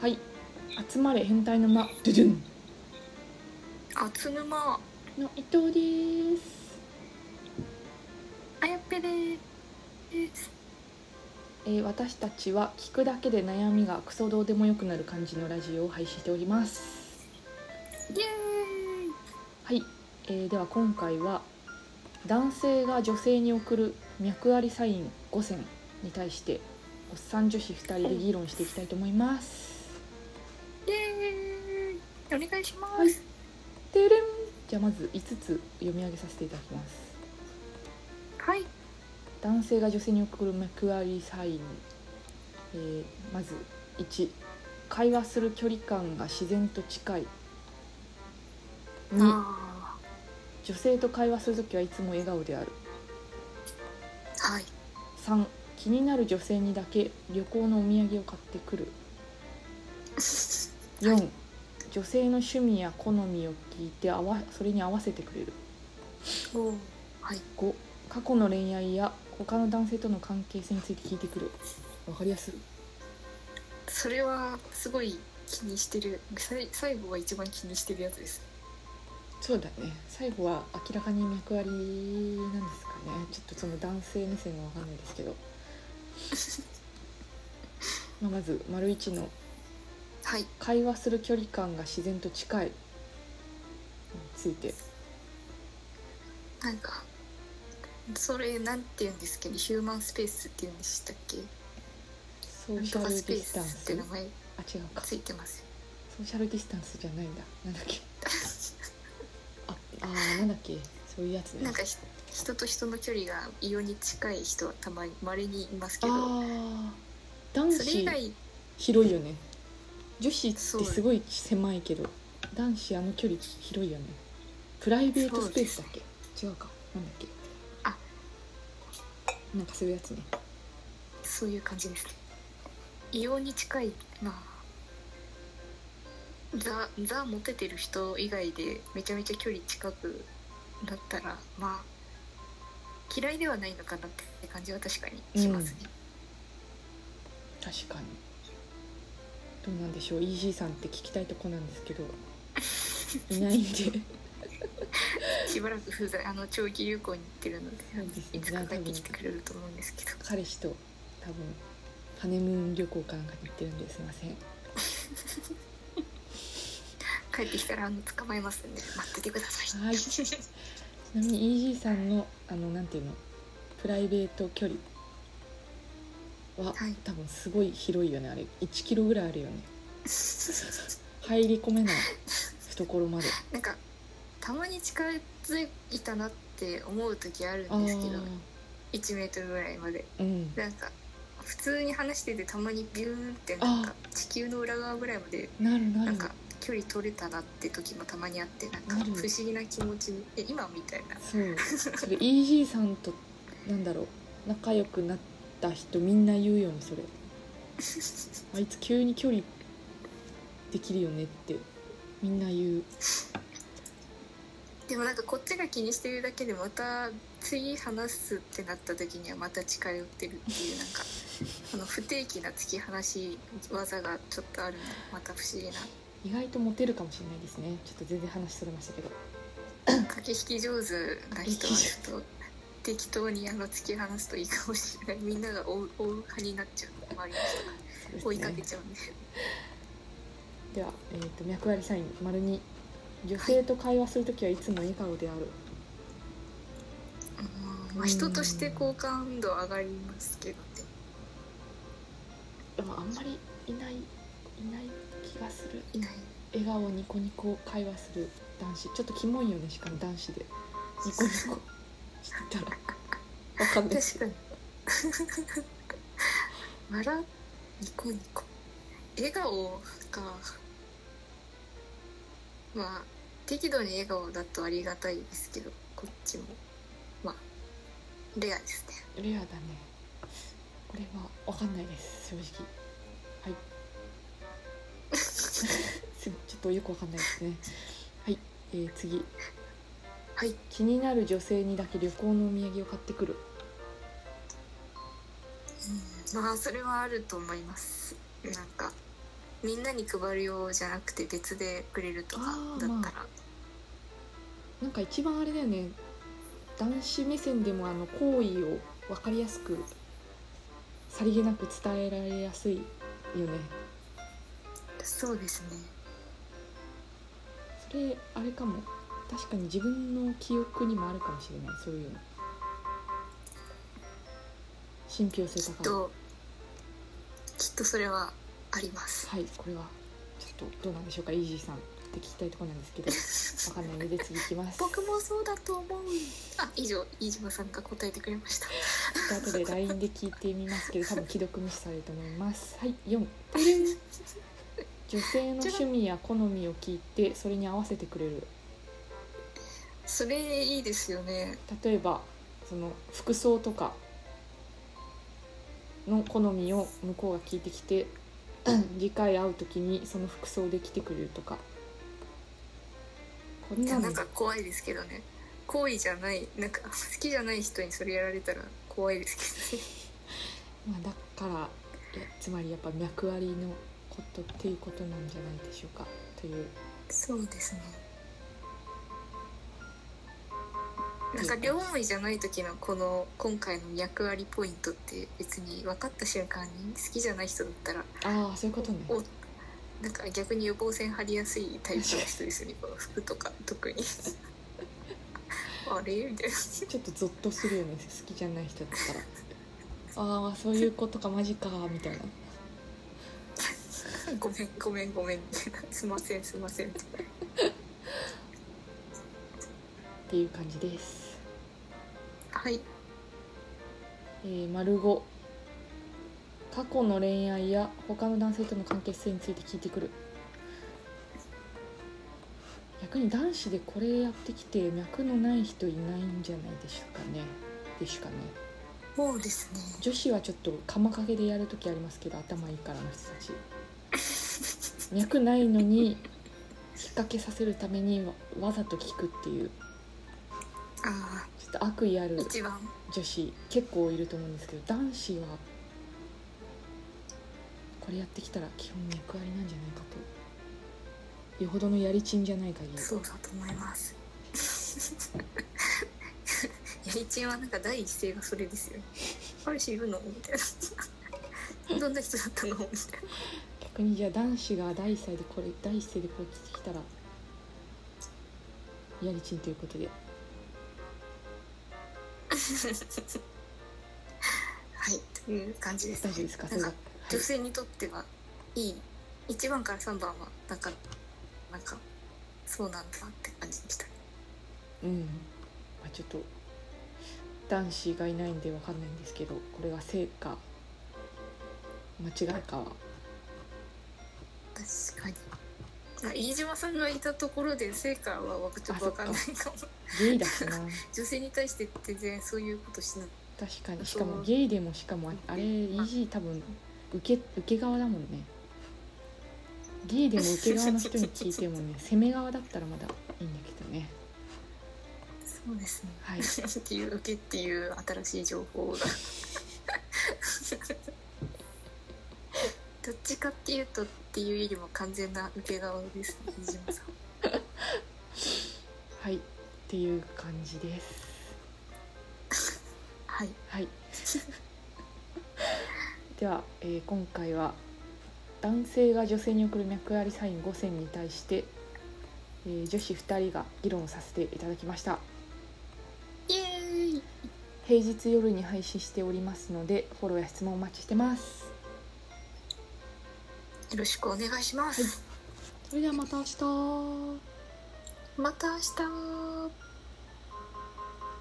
はい集まれ変態の間ドゥドゥンあつぬまの伊藤ですあやっぺですえー私たちは聞くだけで悩みがクソどうでもよくなる感じのラジオを配信しておりますイエーイはい、えーでは今回は男性が女性に送る脈ありサイン5選に対しておっさん女子2人で議論していきたいと思いますイエーイお願いします、はいてれんじゃあまず5つ読み上げさせていただきますはい、男性が女性に送る脈ありサイン、えーまず1会話する距離感が自然と近い2あ女性と会話する時はいつも笑顔であるーはい 3気になる女性にだけ旅行のお土産を買ってくる4、女性の趣味や好みを聞いてあわそれに合わせてくれるおー5過去の恋愛や他の男性との関係性について聞いてくるわかりやすいそれはすごい気にしてるさい最後が一番気にしてるやつですそうだね最後は明らかに脈ありなんですかねちょっとその男性目線がわかんないですけ どまあまず丸一のはい会話する距離感が自然と近いについてなんかそれなんて言うんですけどヒューマンスペースって言うんでしたっけソなーんシとャかルスペディースタンスってス名前あ違うかついてますよソーシャルディスタンスじゃないんだなんだっけああーなんだっけそういうやつね なんかひ人と人の距離が異様に近い人はたまに稀にいますけどあー男それ以子外広いよね女子ってそうすごい狭いけど男子あの距離広いよねプライベートスペースだっけ違うかなんだっけあなんかそういうやつねそういう感じですね異様に近いなザザモテてる人以外でめちゃめちゃ距離近くだったらまあ嫌いではないのかなって感じは確かにしますね、確かにどうなんでしょうイージーさんって聞きたいとこなんですけどいないん でしばらく不在あの長期旅行に行ってるのでそうですねいつか帰ってきてくれると思うんですけど彼氏と多分ハネムーン旅行かなんかに行ってるんですいません帰ってきたらあの捕まえますんで待っててください、はいちなみに EG さんのあのなんていうのプライベート距離は、はい多分すごい広いよねあれ1キロぐらいあるよね入り込めない懐までなんかたまに近づいたなって思う時あるああんですけどー1メートルぐらいまでうんなんか普通に話しててたまにビューンってなんか地球の裏側ぐらいまでなるななるんか距離取れたなって時もたまにあってなんかな不る思議な気持ちにえ今みたいなそうそれ EG さんとなんだろう仲良くなった人みんな言うよねそ れあいつ急に距離できるよねってみんな言うでもなんかこっちが気にしてるだけでまた次話すってなった時にはまた近寄ってるっていうなんかあの不定期な突き放し技がちょっとあるのまた不思議な意外とモテるかもしれないですねちょっと全然話それましたけど駆け引き上手な人はちょっと適当にあの突き放すといいかもしれないみんなが追う追う派になっちゃう周りの人そがうですね追いかけちゃうんででは、えー、と脈ありサイン丸二女性と会話するときはいつも笑顔である、うんまあ、人として好感度上がりますけどねでもあんまりいないいない気がするいない笑顔ニコニコ会話する男子ちょっとキモいよねしかも男子でニコニコしてたらわかんない確かに笑うニコニコ笑顔かまあ適度に笑顔だとありがたいですけどこっちもまあレアですねレアだねこれはわかんないです正直はい すいませんちょっとよくわかんないですねはい、えー、次はい気になる女性にだけ旅行のお土産を買ってくるまあそれはあると思いますなんかみんなに配るようじゃなくて別でくれるとかあーだまっあたら、なんか一番あれだよね男子目線でもあの行為を分かりやすくさりげなく伝えられやすいよねそうですねそれあれかも確かに自分の記憶にもあるかもしれないそういうの信憑性きっ高いときっとそれはありますはいこれはちょっとどうなんでしょうかイージーさんって聞きたいところなんですけど分かんないので次行きます 僕もそうだと思うあ以上飯島さんが答えてくれましたちょっと後で LINE で聞いてみますけど多分既読無視されると思いますはい4女性の趣味や好みを聞いてそれに合わせてくれるそれいいですよね例えばその服装とかの好みを向こうが聞いてきて理解合う時にその服装で来てくれるとかこんいなやのなんか怖いですけどね好意じゃないなんか好きじゃない人にそれやられたら怖いですけどねまあ、だからいやつまりやっぱ脈ありのことっていうことなんじゃないでしょうかというそうですねなんか両思いじゃない時のこの今回の役割ポイントって別に分かった瞬間に好きじゃない人だったらああそういうことねおなんか逆に予防線張りやすいタイプの人ですよ ねこの服とか特に あれみたいなちょっとゾッとするよね好きじゃない人だったらああそういうことかマジかみたいな ごめんごめんごめんみたいな すいませんすいませんみたいなっていう感じです。はいえー、丸五過去の恋愛や他の男性との関係性について聞いてくる逆に男子でこれやってきて脈のない人いないんじゃないでしょうかねでしかねそうですね女子はちょっと釜かけでやるときありますけど頭いいからの人たち脈ないのに引っ掛けさせるためにわわざと聞くっていうあちょっと悪意あある一番女子結構いると思うんですけど男子はこれやってきたら基本役割なんじゃないかとよほどのやりちんじゃない限りそうだと思います やりちんはなんか第一声がそれですよ彼氏いるのみたいな どんな人だったのみたい逆にじゃあ男子が第一声でこれ第一声でこれ聞いてきたらやりちんということでなはいという感じです大丈夫ですかそなれんが、はかい、女性にとってはいい1番から3番はなんかなんかそうなんだって感じでしたうん、まあ、ちょっと男子がいないんでわかんないんですけどこれが正か間違いかは確かにあ飯島さんがいたところで成果はちょっと分かんないかもゲイだしな女性に対して全然そういうことしない確かあにとしかもゲイでもしかもああれ EG 多分受け受け側だもんねゲイでも受け側の人に聞いてもね攻め側だったらまだいいんだけどねそうですねはい っていう受けっていう新しい情報がどっちかっていうとっていうよりも完全な受け顔ですね飯島さんはいっていう感じですはいはい では、えー今回は男性が女性に送る脈ありサイン5選に対して、えー女子2人が議論をさせていただきましたイエーイ平日夜に配信しておりますのでフォローや質問お待ちしてますよろしくお願いします、それではまた明日。また明日